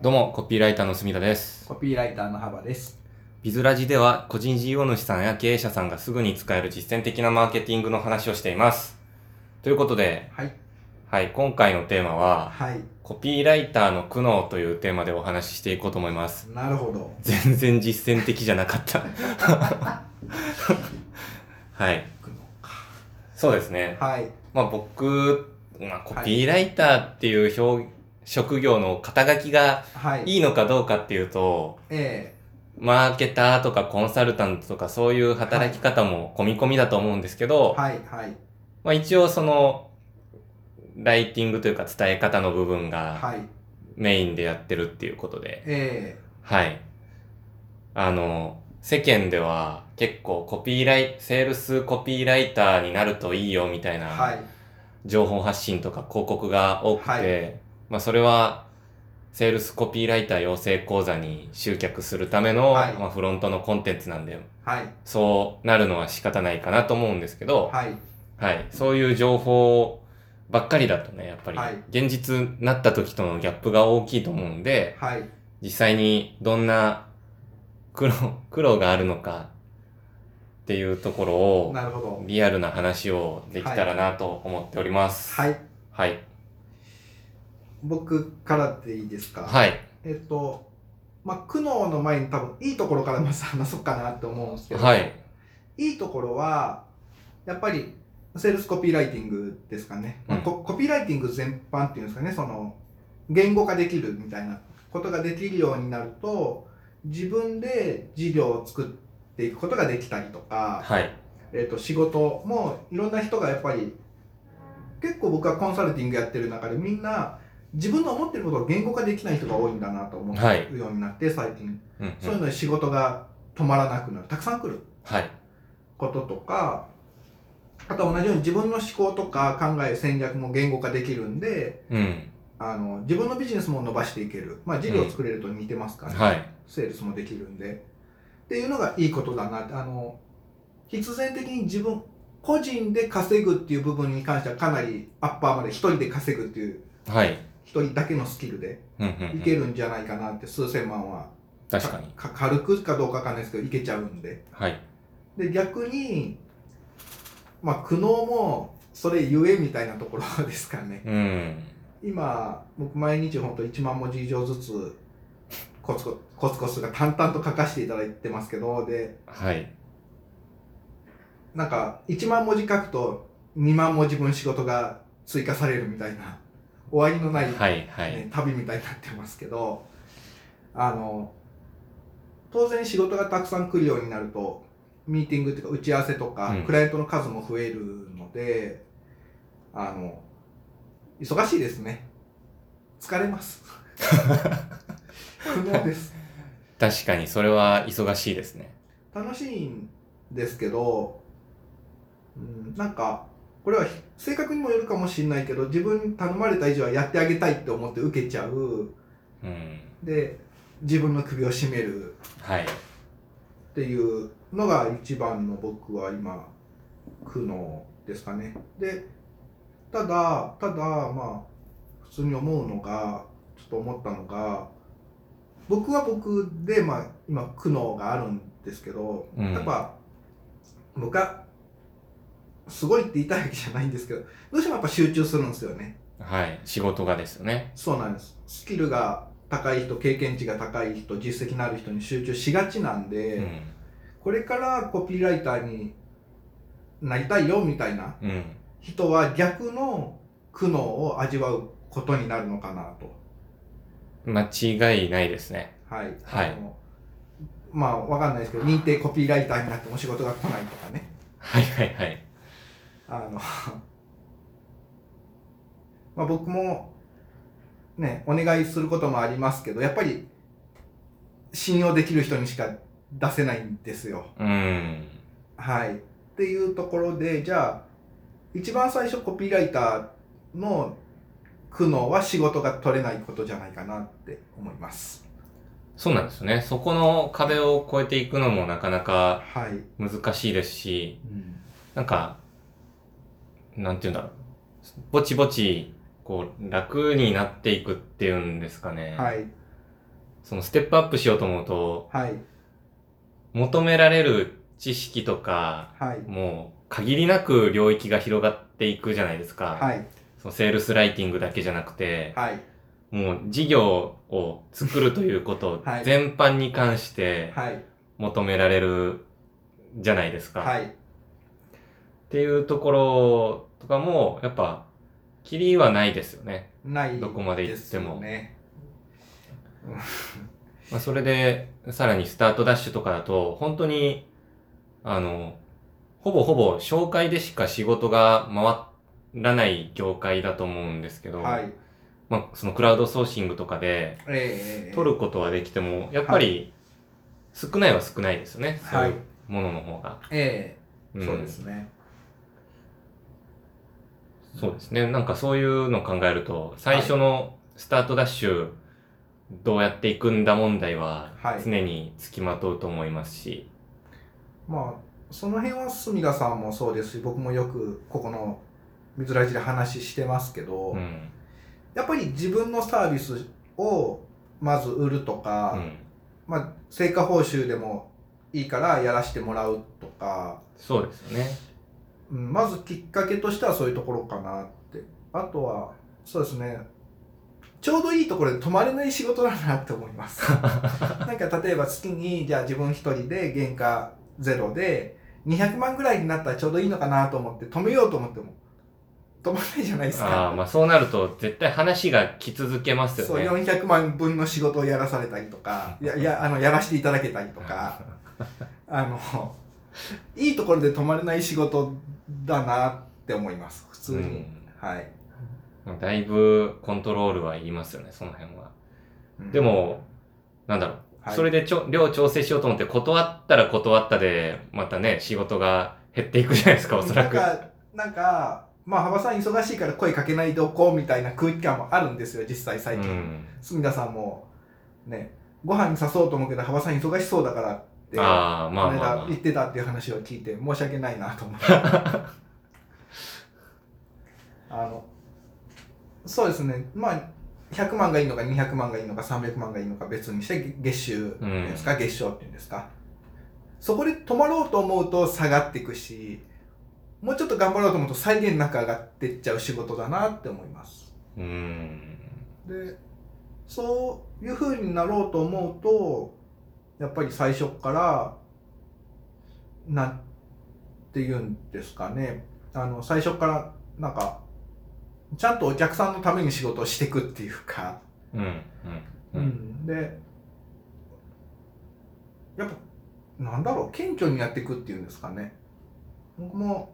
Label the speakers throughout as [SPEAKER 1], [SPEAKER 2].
[SPEAKER 1] どうも、コピーライターの隅田です。
[SPEAKER 2] コピーライターの幅です。
[SPEAKER 1] ビズラジでは、個人事業主さんや経営者さんがすぐに使える実践的なマーケティングの話をしています。ということで、
[SPEAKER 2] はい。
[SPEAKER 1] はい、今回のテーマは、
[SPEAKER 2] はい。
[SPEAKER 1] コピーライターの苦悩というテーマでお話ししていこうと思います。
[SPEAKER 2] なるほど。
[SPEAKER 1] 全然実践的じゃなかった。 はい。そうですね。
[SPEAKER 2] はい。
[SPEAKER 1] まあ僕、まあ、コピーライターっていう表、職業の肩書きが
[SPEAKER 2] はい。
[SPEAKER 1] いいのかどうかっていうと、
[SPEAKER 2] え
[SPEAKER 1] マーケターとかコンサルタントとかそういう働き方も込み込みだと思うんですけど、
[SPEAKER 2] えはい。はい。
[SPEAKER 1] まあ一応その、ライティングというか伝え方の部分が
[SPEAKER 2] はい。
[SPEAKER 1] メインでやってるっていうことで、
[SPEAKER 2] え
[SPEAKER 1] はい。あの、世間では結構コピーライ、セールスコピーライターになるといいよみたい
[SPEAKER 2] えは。
[SPEAKER 1] ない情報発信とか広告が多くて、
[SPEAKER 2] は
[SPEAKER 1] まあそれはセールスコピーライター養成講座に集客するための、
[SPEAKER 2] はい
[SPEAKER 1] まあフロントのコンテンツなんで、
[SPEAKER 2] はい。
[SPEAKER 1] そうなるのは仕方ないかなと思うんですけど、は
[SPEAKER 2] はい。
[SPEAKER 1] い、そういう情報ばっかりだとね、やっぱり
[SPEAKER 2] はい、
[SPEAKER 1] 現実になった時とのギャップが大きいと思うんで、
[SPEAKER 2] はい。
[SPEAKER 1] 実際にどんな苦労、苦労があるのかっていうところを、
[SPEAKER 2] なるほど。
[SPEAKER 1] リアルな話をできたらなと思っております。
[SPEAKER 2] はい。
[SPEAKER 1] はい。
[SPEAKER 2] 僕からでいいですか。
[SPEAKER 1] はい。
[SPEAKER 2] えっと、まあ、苦悩の前に多分いいところからまず話そうかなって思うんですけど、
[SPEAKER 1] は、い。
[SPEAKER 2] いいところは、やっぱり、セールスコピーライティングですかね。まあ
[SPEAKER 1] うん
[SPEAKER 2] ココピーライティング全般っていうんですかね、その、言語化できるみたいなことができるようになると、自分で事業を作っていくことができたりとか、
[SPEAKER 1] はい。
[SPEAKER 2] えっ、と、仕事もいろんな人がやっぱり、結構僕はコンサルティングやってる中でみんな、自分の思ってることを言語化できない人が多いんだなと思
[SPEAKER 1] はいう
[SPEAKER 2] ようになって、最近。
[SPEAKER 1] うん、う。
[SPEAKER 2] そういうんので仕事が止まらなくなる。たくさん来る。
[SPEAKER 1] はい。
[SPEAKER 2] こととかあと同じように自分の思考とか考え戦略も言語化できるんで
[SPEAKER 1] うん。
[SPEAKER 2] あの自分のビジネスも伸ばしていけるまあ事業を作れると似てますから、
[SPEAKER 1] はい。
[SPEAKER 2] セールスもできるんでっていうのがいいことだなってあの必然的に自分個人で稼ぐっていう部分に関してはかなりアッパーまで一人で稼ぐっていう
[SPEAKER 1] はい。
[SPEAKER 2] 一人だけのスキルで
[SPEAKER 1] うん、うんう
[SPEAKER 2] い
[SPEAKER 1] ん。
[SPEAKER 2] けるんじゃないかなって数千万は
[SPEAKER 1] 確かに。
[SPEAKER 2] か軽くかどうかわかんないですけどいけちゃうんで
[SPEAKER 1] はい。
[SPEAKER 2] で逆に、まあ、苦悩もそれゆえみたいなところですかね
[SPEAKER 1] うん。
[SPEAKER 2] 今僕毎日ほんと1万文字以上ずつコツコツコツコツが淡々と書かせていただいてますけどで
[SPEAKER 1] はい。
[SPEAKER 2] なんか1万文字書くと2万文字分仕事が追加されるみたいな終わりのない、
[SPEAKER 1] はい。はい。
[SPEAKER 2] ね旅みたいになってますけどあの当然仕事がたくさん来るようになるとミーティングっていうか打ち合わせとか、
[SPEAKER 1] うん
[SPEAKER 2] クライアントの数も増えるのであの忙しいですね疲れます 苦悩です
[SPEAKER 1] 確かに、それは忙しいですね。
[SPEAKER 2] 楽しいんですけど、うん、なんかこれは性格にもよるかもしれないけど自分に頼まれた以上はやってあげたいって思って受けちゃう
[SPEAKER 1] うん。
[SPEAKER 2] で自分の首を絞める
[SPEAKER 1] はい。
[SPEAKER 2] っていうのが一番の僕は今苦悩ですかねでただただまあ普通に思うのがちょっと思ったのが僕は僕で、まあ、今苦悩があるんですけど、
[SPEAKER 1] うん
[SPEAKER 2] やっぱ僕はすごいって言いたいわけじゃないんですけどどうしてもやっぱ集中するんですよね
[SPEAKER 1] はい。仕事がですよね。
[SPEAKER 2] そうなんです。スキルが高い人、経験値が高い人、実績のある人に集中しがちなんで、
[SPEAKER 1] うん。
[SPEAKER 2] これからコピーライターになりたいよみたいな
[SPEAKER 1] うん。
[SPEAKER 2] 人は逆の苦悩を味わうことになるのかなと。
[SPEAKER 1] 間違いないですね。
[SPEAKER 2] はい。
[SPEAKER 1] はい
[SPEAKER 2] あのまあ、わかんないですけど、認定コピーライターになっても仕事が来ないとかね。
[SPEAKER 1] はいはいはい。
[SPEAKER 2] あの、 まあ僕も、ね、お願いすることもありますけど、やっぱり、信用できる人にしか出せないんですよ。
[SPEAKER 1] うん。
[SPEAKER 2] はい。っていうところで、じゃあ、一番最初コピーライターの苦悩は仕事が取れないことじゃないかなって思います。
[SPEAKER 1] そうなんですよね。そこの壁を越えていくのもなかなか
[SPEAKER 2] はい。
[SPEAKER 1] 難しいですし、
[SPEAKER 2] うん
[SPEAKER 1] なんか、なんて言うんだろう。ぼちぼち、こう、楽になっていくっていうんですかね。
[SPEAKER 2] はい。
[SPEAKER 1] そのステップアップしようと思うと、
[SPEAKER 2] はい
[SPEAKER 1] 求められる知識とか、
[SPEAKER 2] はい
[SPEAKER 1] もう限りなく領域が広がっていくじゃないですか。
[SPEAKER 2] はい
[SPEAKER 1] そのセールスライティングだけじゃなくて、
[SPEAKER 2] はい
[SPEAKER 1] もう事業を作るということ
[SPEAKER 2] はい
[SPEAKER 1] 全般に関して
[SPEAKER 2] はい
[SPEAKER 1] 求められるじゃないですか。
[SPEAKER 2] はい
[SPEAKER 1] っていうところとかも、やっぱ、キリはないですよね。
[SPEAKER 2] ない
[SPEAKER 1] どこまで行
[SPEAKER 2] で
[SPEAKER 1] っ
[SPEAKER 2] す
[SPEAKER 1] ても
[SPEAKER 2] よね
[SPEAKER 1] まあ、それで、さらにスタートダッシュとかだと、本当に、あの、ほぼほぼ紹介でしか仕事が回らない業界だと思うんですけど、
[SPEAKER 2] はい
[SPEAKER 1] まあ、そのクラウドソーシングとかで
[SPEAKER 2] ええ
[SPEAKER 1] 取ることはできても、やっぱり少ないは少ないですよね。
[SPEAKER 2] はい
[SPEAKER 1] そううものの方が。
[SPEAKER 2] ええ
[SPEAKER 1] ん
[SPEAKER 2] そうですね
[SPEAKER 1] そうですね。なんかそういうのを考えると、最初のスタートダッシュ、どうやっていくんだ問題は
[SPEAKER 2] はい
[SPEAKER 1] 常につきまとうと思いますし、
[SPEAKER 2] まあその辺は住田さんもそうですし僕もよくここのみずらじで話してますけど、
[SPEAKER 1] うん。
[SPEAKER 2] やっぱり自分のサービスをまず売るとか、
[SPEAKER 1] うん
[SPEAKER 2] まあ、成果報酬でもいいからやらせてもらうとか、
[SPEAKER 1] そうですよね。
[SPEAKER 2] うん、まずきっかけとしてはそういうところかなってあとはそうですねちょうどいいところで止まれない仕事だなって思います なんか例えば月にじゃあ自分一人で原価ゼロで200万ぐらいになったらちょうどいいのかなと思って止めようと思っても止まらないじゃないです
[SPEAKER 1] あ
[SPEAKER 2] か
[SPEAKER 1] あ、まあそうなると絶対話が来続けます
[SPEAKER 2] そ
[SPEAKER 1] よ
[SPEAKER 2] う
[SPEAKER 1] ね。
[SPEAKER 2] 400万分の仕事をやらされたりと かややあのやらせていただけたりとかあのいいところで止まれない仕事だなって思います普通に、はい、
[SPEAKER 1] うんだいぶコントロールはいりますよね、その辺は。
[SPEAKER 2] うん
[SPEAKER 1] で、も、なんだろう。
[SPEAKER 2] はい
[SPEAKER 1] それでちょ量調整しようと思って断ったら断ったで、またね、仕事が減っていくじゃないですか、おそらく。
[SPEAKER 2] なんかなんかまあ幅さん忙しいから声かけないでおこうみたいな空気感もあるんですよ実際
[SPEAKER 1] う
[SPEAKER 2] 最近、
[SPEAKER 1] ん。
[SPEAKER 2] 住田さんもねご飯に誘おうと思うけど幅さん忙しそうだからって
[SPEAKER 1] ああ、まあ
[SPEAKER 2] この
[SPEAKER 1] まあ、ま
[SPEAKER 2] 間
[SPEAKER 1] あ
[SPEAKER 2] 言。ってたっていう話を聞いて申し訳ないなと思って あのそうですねまあ100万がいいのか200万がいいのか300万がいいのか別にしてげ月収っていうんですか、月賞っていうんですかそこで止まろうと思うと下がっていくしもうちょっと頑張ろうと思うと再現なく上がっていっちゃう仕事だなって思います
[SPEAKER 1] うん。
[SPEAKER 2] でそういう風になろうと思うとやっぱり最初からなんていうんですかねあの最初からなんかちゃんとお客さんのために仕事をしていくっていうか、
[SPEAKER 1] うん。うん。う。
[SPEAKER 2] うんん、でやっぱなんだろう謙虚にやっていくっていうんですかね僕も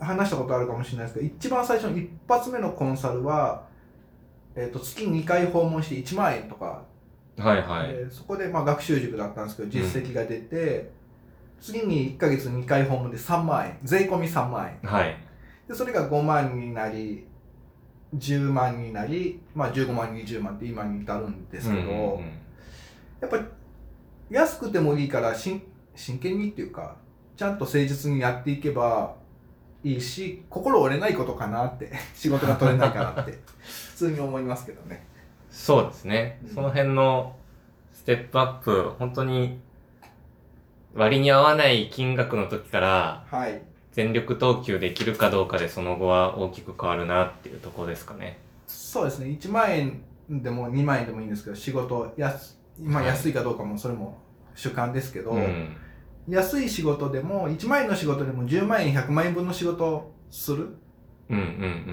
[SPEAKER 2] 話したことあるかもしれないですけど一番最初の一発目のコンサルは、えー、と月2回訪問して1万円とか
[SPEAKER 1] はいはい。
[SPEAKER 2] でそこでまあ学習塾だったんですけど実績が出て、次に1ヶ月2回訪問で3万円税込み3万円
[SPEAKER 1] はい。
[SPEAKER 2] でそれが5万になり10万になり、まあ、15万20万って今に至るんですけど、
[SPEAKER 1] うん
[SPEAKER 2] やっぱり安くてもいいからしん真剣にっていうかちゃんと誠実にやっていけばいいし心折れないことかなって 仕事が取れないからって普通に思いますけどね
[SPEAKER 1] そうですね
[SPEAKER 2] うん。
[SPEAKER 1] その辺のステップアップ、本当に割に合わない金額の時から
[SPEAKER 2] はい
[SPEAKER 1] 全力投球できるかどうかでその後は大きく変わるなっていうところですかね。
[SPEAKER 2] そうですね1万円でも2万円でもいいんですけど仕事安,、まあ、
[SPEAKER 1] はい
[SPEAKER 2] 安いかどうかもそれも主観ですけど、
[SPEAKER 1] うん。
[SPEAKER 2] 安い仕事でも1万円の仕事でも10万円100万円分の仕事をする
[SPEAKER 1] うんうん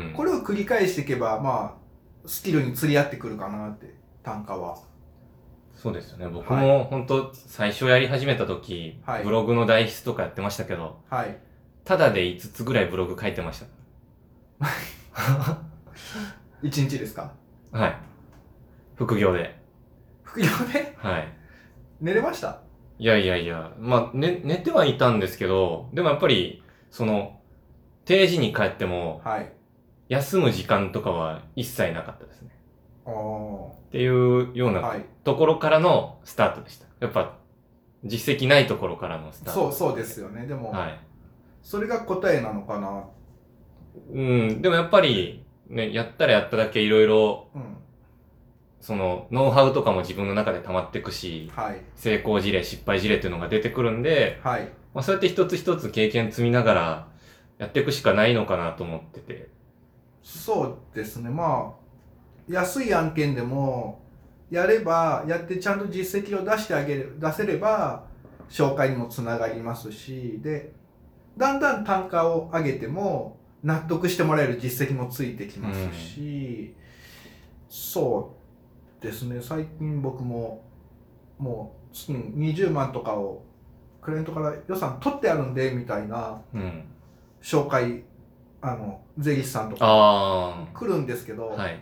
[SPEAKER 1] うん。
[SPEAKER 2] これを繰り返していけばまあスキルに釣り合ってくるかなって単価は
[SPEAKER 1] そうですよね。僕も本当最初やり始めた時、
[SPEAKER 2] はい
[SPEAKER 1] ブログの代筆とかやってましたけど、
[SPEAKER 2] はい
[SPEAKER 1] ただで5つぐらいブログ書いてました。
[SPEAKER 2] 1日ですか
[SPEAKER 1] はい。副業で。
[SPEAKER 2] 副業で
[SPEAKER 1] はい。
[SPEAKER 2] 寝れました
[SPEAKER 1] いやいやいや、まあ、ね、寝てはいたんですけど、でもやっぱり、その、定時に帰っても、
[SPEAKER 2] はい
[SPEAKER 1] 休む時間とかは一切なかったですね。
[SPEAKER 2] ああ
[SPEAKER 1] っていうような
[SPEAKER 2] はい
[SPEAKER 1] ところからのスタートでした。やっぱ、実績ないところからのスタート。
[SPEAKER 2] そうそうですよねでも、
[SPEAKER 1] はい。
[SPEAKER 2] それが答えなのかな
[SPEAKER 1] うん、でもやっぱり、ね、やったらやっただけいろいろ
[SPEAKER 2] うん
[SPEAKER 1] その、ノウハウとかも自分の中で溜まってくし、
[SPEAKER 2] はい。
[SPEAKER 1] 成功事例、失敗事例っていうのが出てくるんで、
[SPEAKER 2] はい。
[SPEAKER 1] まあ、そうやって一つ一つ経験積みながら、やっていくしかないのかなと思ってて。
[SPEAKER 2] そうですね。まあ、安い案件でも、やれば、やってちゃんと実績を出してあげる、出せれば、紹介にもつながりますし、で、だんだん単価を上げても、納得してもらえる実績もついてきますし、そうですね。最近僕も、もう月に20万とかを、クライアントから予算取ってあるんで、みたいな
[SPEAKER 1] うん。
[SPEAKER 2] 紹介、あの、税理士さんとか
[SPEAKER 1] あ
[SPEAKER 2] 来るんですけど、
[SPEAKER 1] あ。はい。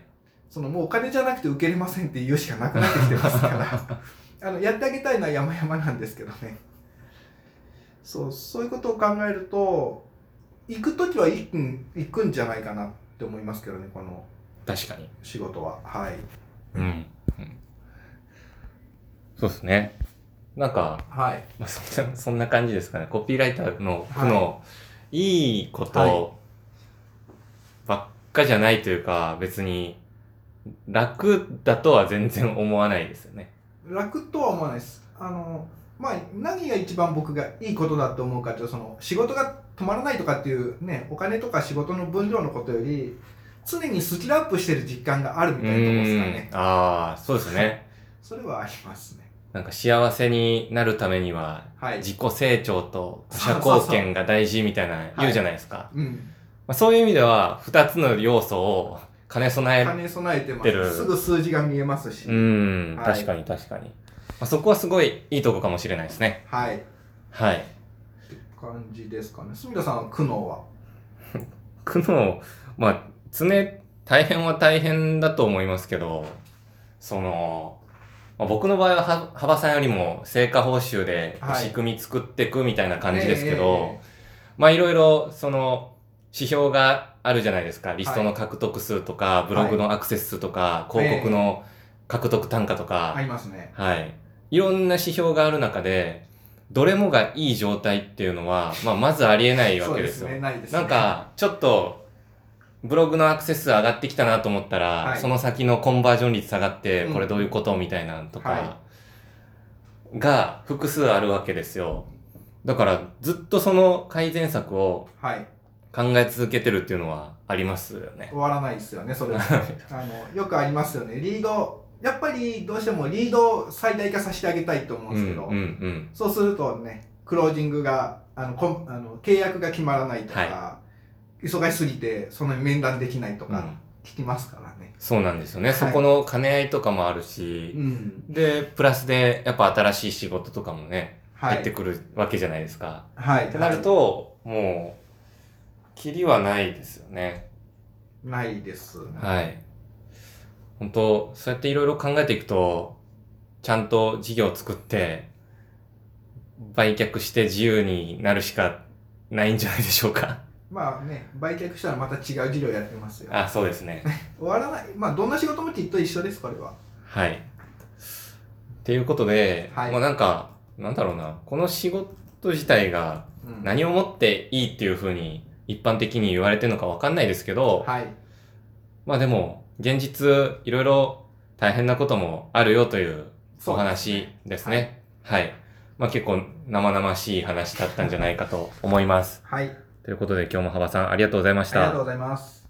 [SPEAKER 2] そのもうお金じゃなくて受けれませんって言うしかなくなってきてますからあのやってあげたいのは山々なんですけどねそうそういうことを考えると行く時は行くん行くんじゃないかなって思いますけどねこの
[SPEAKER 1] 確かに。
[SPEAKER 2] 仕事ははい
[SPEAKER 1] うん。そうですね。なんか、
[SPEAKER 2] はい
[SPEAKER 1] まあ、そんな、そんな感じですかね。コピーライターの
[SPEAKER 2] は
[SPEAKER 1] 苦
[SPEAKER 2] い
[SPEAKER 1] の、い、いことばっかじゃないというか、別に、楽だとは全然思わないですよね。
[SPEAKER 2] 楽とは思わないですあのまあ何が一番僕がいいことだと思うかというとその仕事が止まらないとかっていうねお金とか仕事の分量のことより常にスキルアップしてる実感があるみたいなところですかね
[SPEAKER 1] うんああ、そうですね。
[SPEAKER 2] それはありますね。
[SPEAKER 1] なんか幸せになるためには、
[SPEAKER 2] はい。
[SPEAKER 1] 自己成長と社貢献が大事みたいな言うじゃないですか。
[SPEAKER 2] うん。
[SPEAKER 1] まあ、そういう意味では、二つの要素を兼ね備え
[SPEAKER 2] 兼ね備えてま
[SPEAKER 1] てる
[SPEAKER 2] す。すぐ数字が見えますし。
[SPEAKER 1] うん、
[SPEAKER 2] はい
[SPEAKER 1] 確かに確かに。まあ、そこはすごいいいとこかもしれないですね。
[SPEAKER 2] はい。
[SPEAKER 1] はい。
[SPEAKER 2] 感じですかね。住田さんは苦悩は
[SPEAKER 1] 苦悩、まあ、常、大変は大変だと思いますけど、その、まあ僕の場合はは、幅さんよりも成果報酬で
[SPEAKER 2] はい
[SPEAKER 1] 仕組み作っていくみたいな感じですけど、まあ、いろいろ、その、指標があるじゃないですか。リストの獲得数とか、ブログのアクセス数とか、
[SPEAKER 2] はい
[SPEAKER 1] 広告の獲得単価と
[SPEAKER 2] え
[SPEAKER 1] か
[SPEAKER 2] え、ありますね。
[SPEAKER 1] はい。いろんな指標がある中で、どれもがいい状態っていうのは、まあ、まずありえないわけですよ。
[SPEAKER 2] そうね。ないですね。
[SPEAKER 1] なん、か、ちょっと、ブログのアクセス数上がってきたなと思ったら、
[SPEAKER 2] はい
[SPEAKER 1] その先のコンバージョン率下がって、
[SPEAKER 2] うん
[SPEAKER 1] これどういうことみたいなのとか、
[SPEAKER 2] は
[SPEAKER 1] が複数あるわけですよ。だから、ずっとその改善策を
[SPEAKER 2] はい。
[SPEAKER 1] 考え続けてるっていうのはありますよね。
[SPEAKER 2] 終わらないですよね、それ は
[SPEAKER 1] はい
[SPEAKER 2] あの、よくありますよね。リード、やっぱりどうしてもリードを最大化させてあげたいと思う
[SPEAKER 1] う
[SPEAKER 2] んで
[SPEAKER 1] ん
[SPEAKER 2] すけど、
[SPEAKER 1] うんうん。
[SPEAKER 2] そうするとね、クロージングが、あの、こんあの契約が決まらないとか、忙しすぎて、その面談できないと
[SPEAKER 1] う
[SPEAKER 2] か
[SPEAKER 1] ん、
[SPEAKER 2] 聞きますからね。
[SPEAKER 1] そうなんですよね。
[SPEAKER 2] はい
[SPEAKER 1] そこの兼ね合いとかもあるし、
[SPEAKER 2] うん。
[SPEAKER 1] で、プラスで、やっぱ新しい仕事とかもね、
[SPEAKER 2] は
[SPEAKER 1] 入って
[SPEAKER 2] い。
[SPEAKER 1] くるわけじゃないですか。
[SPEAKER 2] はい。
[SPEAKER 1] ってなると、もう、キリはないですよね。
[SPEAKER 2] ないです。
[SPEAKER 1] はい。本当そうやっていろいろ考えていくと、ちゃんと事業を作って、売却して自由になるしかないんじゃないでしょうか。
[SPEAKER 2] まあね、売却したらまた違う事業やってますよ。
[SPEAKER 1] あ、そうですね。
[SPEAKER 2] 終わらない。まあ、どんな仕事もきっと一緒です、これは。
[SPEAKER 1] はい。っていうことで、
[SPEAKER 2] はい
[SPEAKER 1] もうなんか、なんだろうな、この仕事自体が、
[SPEAKER 2] うん、
[SPEAKER 1] 何をもっていいっていうふうに一般的に言われてるのかわかんないですけど、
[SPEAKER 2] はい。
[SPEAKER 1] まあでも、現実いろいろ大変なこともあるよというお話ですね。はい、まあ結構生々しい話だったんじゃないかと思います。
[SPEAKER 2] はい。あり
[SPEAKER 1] ということで今日も幅さんありがとうございました。
[SPEAKER 2] がとうございます。